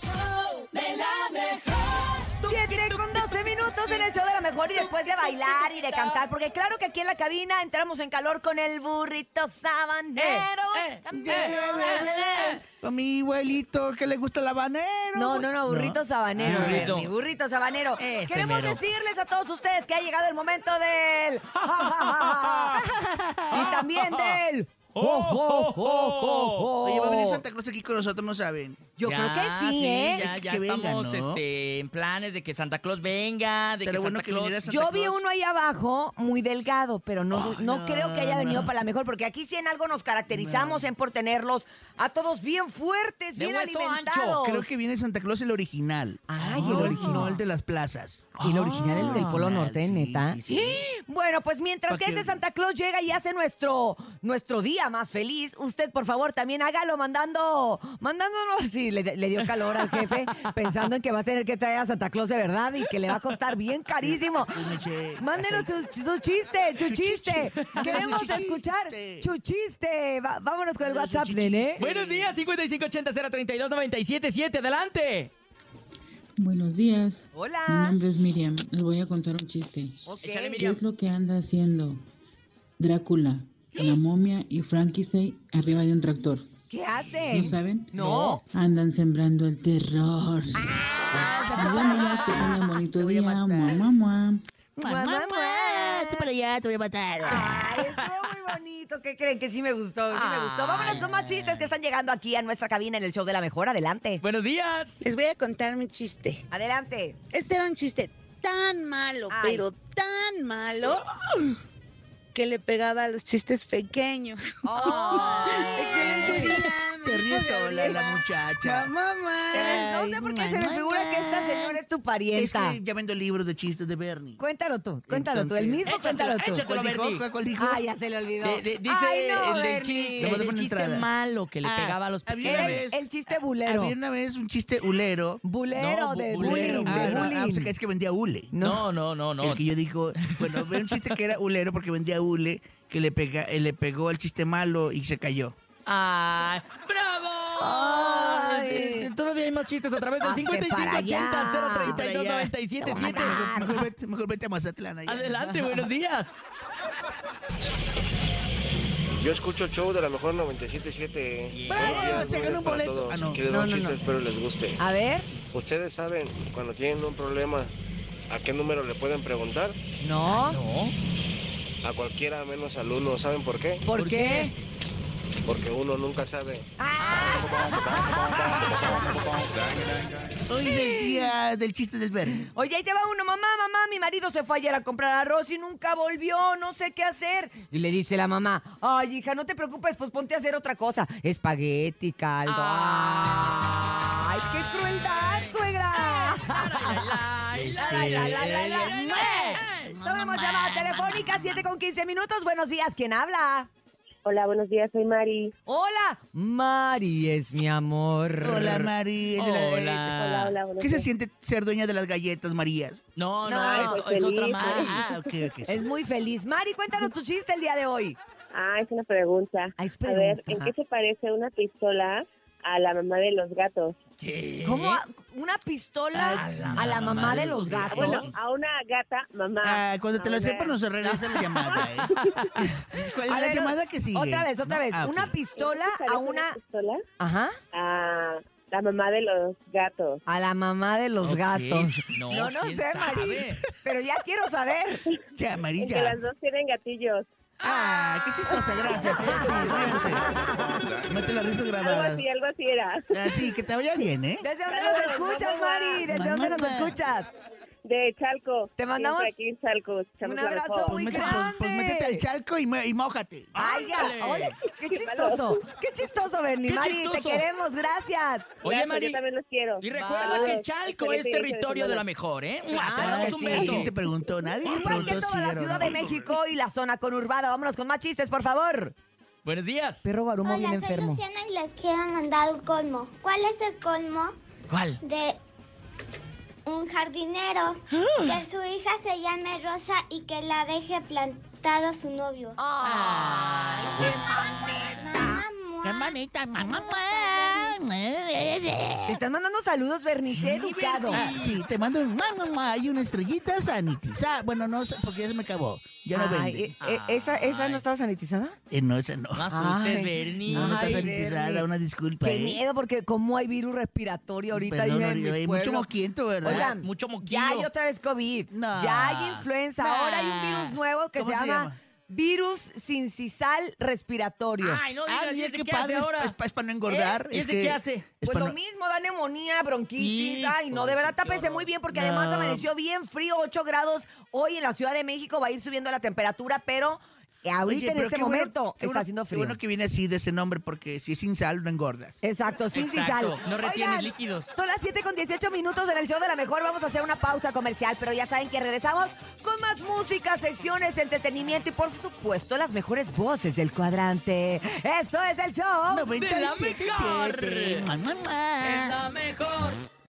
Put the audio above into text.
show de la mejor. 7 con 12 minutos en el show de la mejor y después de bailar y de cantar, porque claro que aquí en la cabina entramos en calor con el burrito sabanero. eh, Campeón. eh, Con mi abuelito que le gusta el habanero. No, no, no, burrito sabanero. Ah, mi burrito. burrito. Mi burrito sabanero. Ese Queremos mero. decirles a todos ustedes que ha llegado el momento del... y también del... Oye, va a venir Santa Claus aquí con nosotros, no saben. Yo Ya, creo que sí, ¿eh? Ya, ya Que venga, estamos ¿no? este, en planes de que Santa Claus venga, de Pero que bueno Santa que Claus... viniera Santa Yo vi Claus. uno ahí abajo muy delgado, pero no, sé- no, creo que haya venido para la mejor, porque aquí sí en algo nos caracterizamos en por tenerlos a todos bien fuertes, De bien hueso alimentados. ancho, Creo que viene Santa Claus el original. Ay, el el original de las plazas. Y el original es del Polo Norte, Ah, Sí, neta. sí, sí. Bueno, pues mientras Pa' que que- este Santa Claus llega y hace nuestro, nuestro día más feliz, usted por favor también hágalo mandando, mandándonos, si le, le dio calor al jefe, pensando en que va a tener que traer a Santa Claus de verdad y que le va a costar bien carísimo. Escúmeche, Mándenos aceite. su, su chiste, su chiste. Queremos Su chiste. escuchar su chiste. Va- vámonos con el Mándenos su WhatsApp, nene. chichiste. Buenos días, 5580-032-977, adelante. Buenos días, mi Hola. nombre es Miriam. Les voy a contar un chiste. Ok. Échale, ¿Qué Miriam. es lo que anda haciendo Drácula, la momia y Frankenstein arriba de un tractor? ¿Qué ¿No hacen? saben? No. Andan sembrando el terror. Ah, Nos vemos, que tengan Te bonito voy a día. matar. Mua, mua, mua. Mua, mua, mua. Tú para allá, te voy a matar. Ay, estuvo muy bonito. ¿Qué creen? Que sí me gustó, sí me gustó. Ay. Vámonos con más chistes que están llegando aquí a nuestra cabina en el show de la mejor. Adelante. Buenos días. Les voy a contar mi chiste. Adelante. Este era un chiste tan malo, Ay. pero tan malo, que le pegaba a los chistes pequeños. Ay. Excelente día, Se ríe hijo de sola la Oriana. muchacha. Ah. Mamá, mamá. No sé por qué se me figura que esta señora es tu Es parienta. que ya vendo libros de chistes de Bernie. Cuéntalo tú, cuéntalo tú. El Entonces- mismo, cuéntalo tú. échatelo. ¿Cuál dijo? Bernie. ¿Cuál dijo? Ah, ya se le olvidó. De- de- dice Ay, no, el del Bernie. chiste, Le voy a el del poner chiste entrada. malo que le Ah, pegaba a los había pequeños. una El, vez. el chiste bulero. Ah, Había una vez un chiste hulero. Bulero No, bu- de bulero, bullying. bulero. de Ah, no, ah, bullying. pues, es que vendía hule. No, no, no, no. El que yo digo, bueno, ve un chiste que era hulero porque vendía hule, que le, pega, eh, le pegó el chiste malo y se cayó. ¡Ay! ¡Bravo! Ay. Eh, Todavía hay más chistes a través del Hazte para allá. Te voy a 5580-032-977. matar. Ah, Mejor vete, mejor vete a Mazatlán allá. Adelante, buenos días. Yo escucho el show de la mejor 97.7. ¡Bravo! Buenos días, Se ganó un buenos días para boleto. todos. Ah, no. Aquí les No, doy un no, chiste, no. espero les guste. A ver. Ustedes saben, cuando tienen un problema, ¿a qué número le pueden preguntar? No. A cualquiera menos al uno. ¿Saben por qué? ¿Por, qué? Porque uno nunca sabe. Hoy es el día del chiste del Bernie. Oye, ahí te va uno, mamá, mamá, mi marido se fue ayer a comprar arroz y nunca volvió, no sé qué hacer. Y le dice la mamá, ay, hija, no te preocupes, pues ponte a hacer otra cosa. Espagueti, caldo. ¡Ay, qué crueldad, suegra! La, la, la, la, la. ¡Mue! Este, Tomamos llamada telefónica, 7 con 15 minutos. Buenos días, ¿quién habla? Hola, buenos días, soy Mari. Hola, Mari es mi amor. Hola, Mari. el de la- Hola. Hola, hola, buenos ¿Qué se días. siente ser dueña de las galletas, Marías? No, no, No, es, soy es otra feliz. Mari. Ah, ok, ok. sí. Es muy feliz. Mari, cuéntanos tu chiste el día de hoy. Ah, es una pregunta. Ah, es A ver, pregunta. ¿en qué se parece una pistola a la mamá de los gatos? ¿Qué? ¿Cómo a- una pistola a la, mamá, de los Ah, gatos? Bueno, a una gata mamá. Ah, cuando te A lo una- sepan, nos regresa la llamada, ¿eh? ¿Cuál es A la ver, llamada que sigue? Otra vez, otra No, vez. ah, ok. Una ¿En qué se pistola parece a una... pistola Ajá. a la mamá de los gatos. A la mamá de los Ok, gatos. no, no, no ¿quién sé, Mari. sabe? Pero ya quiero saber. Ya, En que amarilla. las dos tienen gatillos. Ah, qué chistosa, gracias. ¿eh? Sí, ríanse. No te la risa Ah, Algo grabada. así, algo así era. Así, que te vaya bien, ¿eh? ¿Desde dónde nos escuchas, Mari? ¿Desde dónde nos Mamá. escuchas? De Chalco. Te mandamos Siempre aquí en Chalco. escuchamos un la abrazo mejor. muy- métete, grande. pues métete al charco y, me- y mójate. Ay, ya. Ándale. Oye, qué chistoso. Qué chistoso, Bernie. Qué Mari, te chistoso. queremos. Gracias. Oye, Gracias, Mari. Yo también los quiero. Y recuerda Bye. que Chalco es Excelente inicio de territorio de la semana. mejor, ¿eh? Te Claro damos un que sí. beso. ¿Quién te preguntó? Nadie te Igual que preguntó si toda la era o Ciudad no. de México y la zona conurbada. Vámonos con más chistes, por favor. Buenos días. Perro Guarumo Hola, bien soy enfermo. Luciana y les quiero mandar un colmo. ¿Cuál es el colmo ¿Cuál? de un jardinero? Que su hija se llame Rosa y que la deje plantado su novio. Ay. Mamá, mamá. Qué bonita, mamá. Hasta luego. Te están mandando saludos, Bernice, educado. Ah, sí, te mando un ma, ma, ma, y una estrellita sanitizada. Bueno, no, porque ya se me acabó. Ya no Ay, vende. eh, eh, ¿esa, ¿Esa Ay. no estaba sanitizada? Eh, no, esa no. No asustes, Ay. Bernie. No, no está Ay, sanitizada, Bernie. una disculpa, Qué ¿eh? miedo, porque como hay virus respiratorio ahorita Perdón, allá en ahorita mi hay mucho pueblo. moquiento, ¿verdad? Oigan, Mucho moquillo. ya hay otra vez COVID, No. ya hay influenza, No. ahora hay un virus nuevo que se, ¿Cómo se llama, llama? virus sincisal respiratorio. Ay, no digas, Ah, ¿y mira, ese qué qué hace padre, es- ahora? ¿Eh? Es, para no engordar. ¿Y es ese que- qué hace? es Pues pa' lo no- mismo, da neumonía, bronquitis, Híjole, ay, no, de verdad qué tápense horror. muy bien porque además No. amaneció bien frío, 8 grados. Hoy en la Ciudad de México va a ir subiendo la temperatura, pero ahorita Oye, en pero este qué bueno- momento qué está bueno- haciendo Qué frío. bueno que viene así de ese nombre, porque si es sin sal, no engordas. Exacto, sin Exacto, sal. no retienes Oigan, líquidos. Son las 7 con 18 minutos en el show de la mejor. Vamos a hacer una pausa comercial, pero ya saben que regresamos con más música, secciones, entretenimiento y por supuesto las mejores voces del cuadrante. Eso es el show. De la 97.7. mejor. Ma, ma, ma. Es la mejor.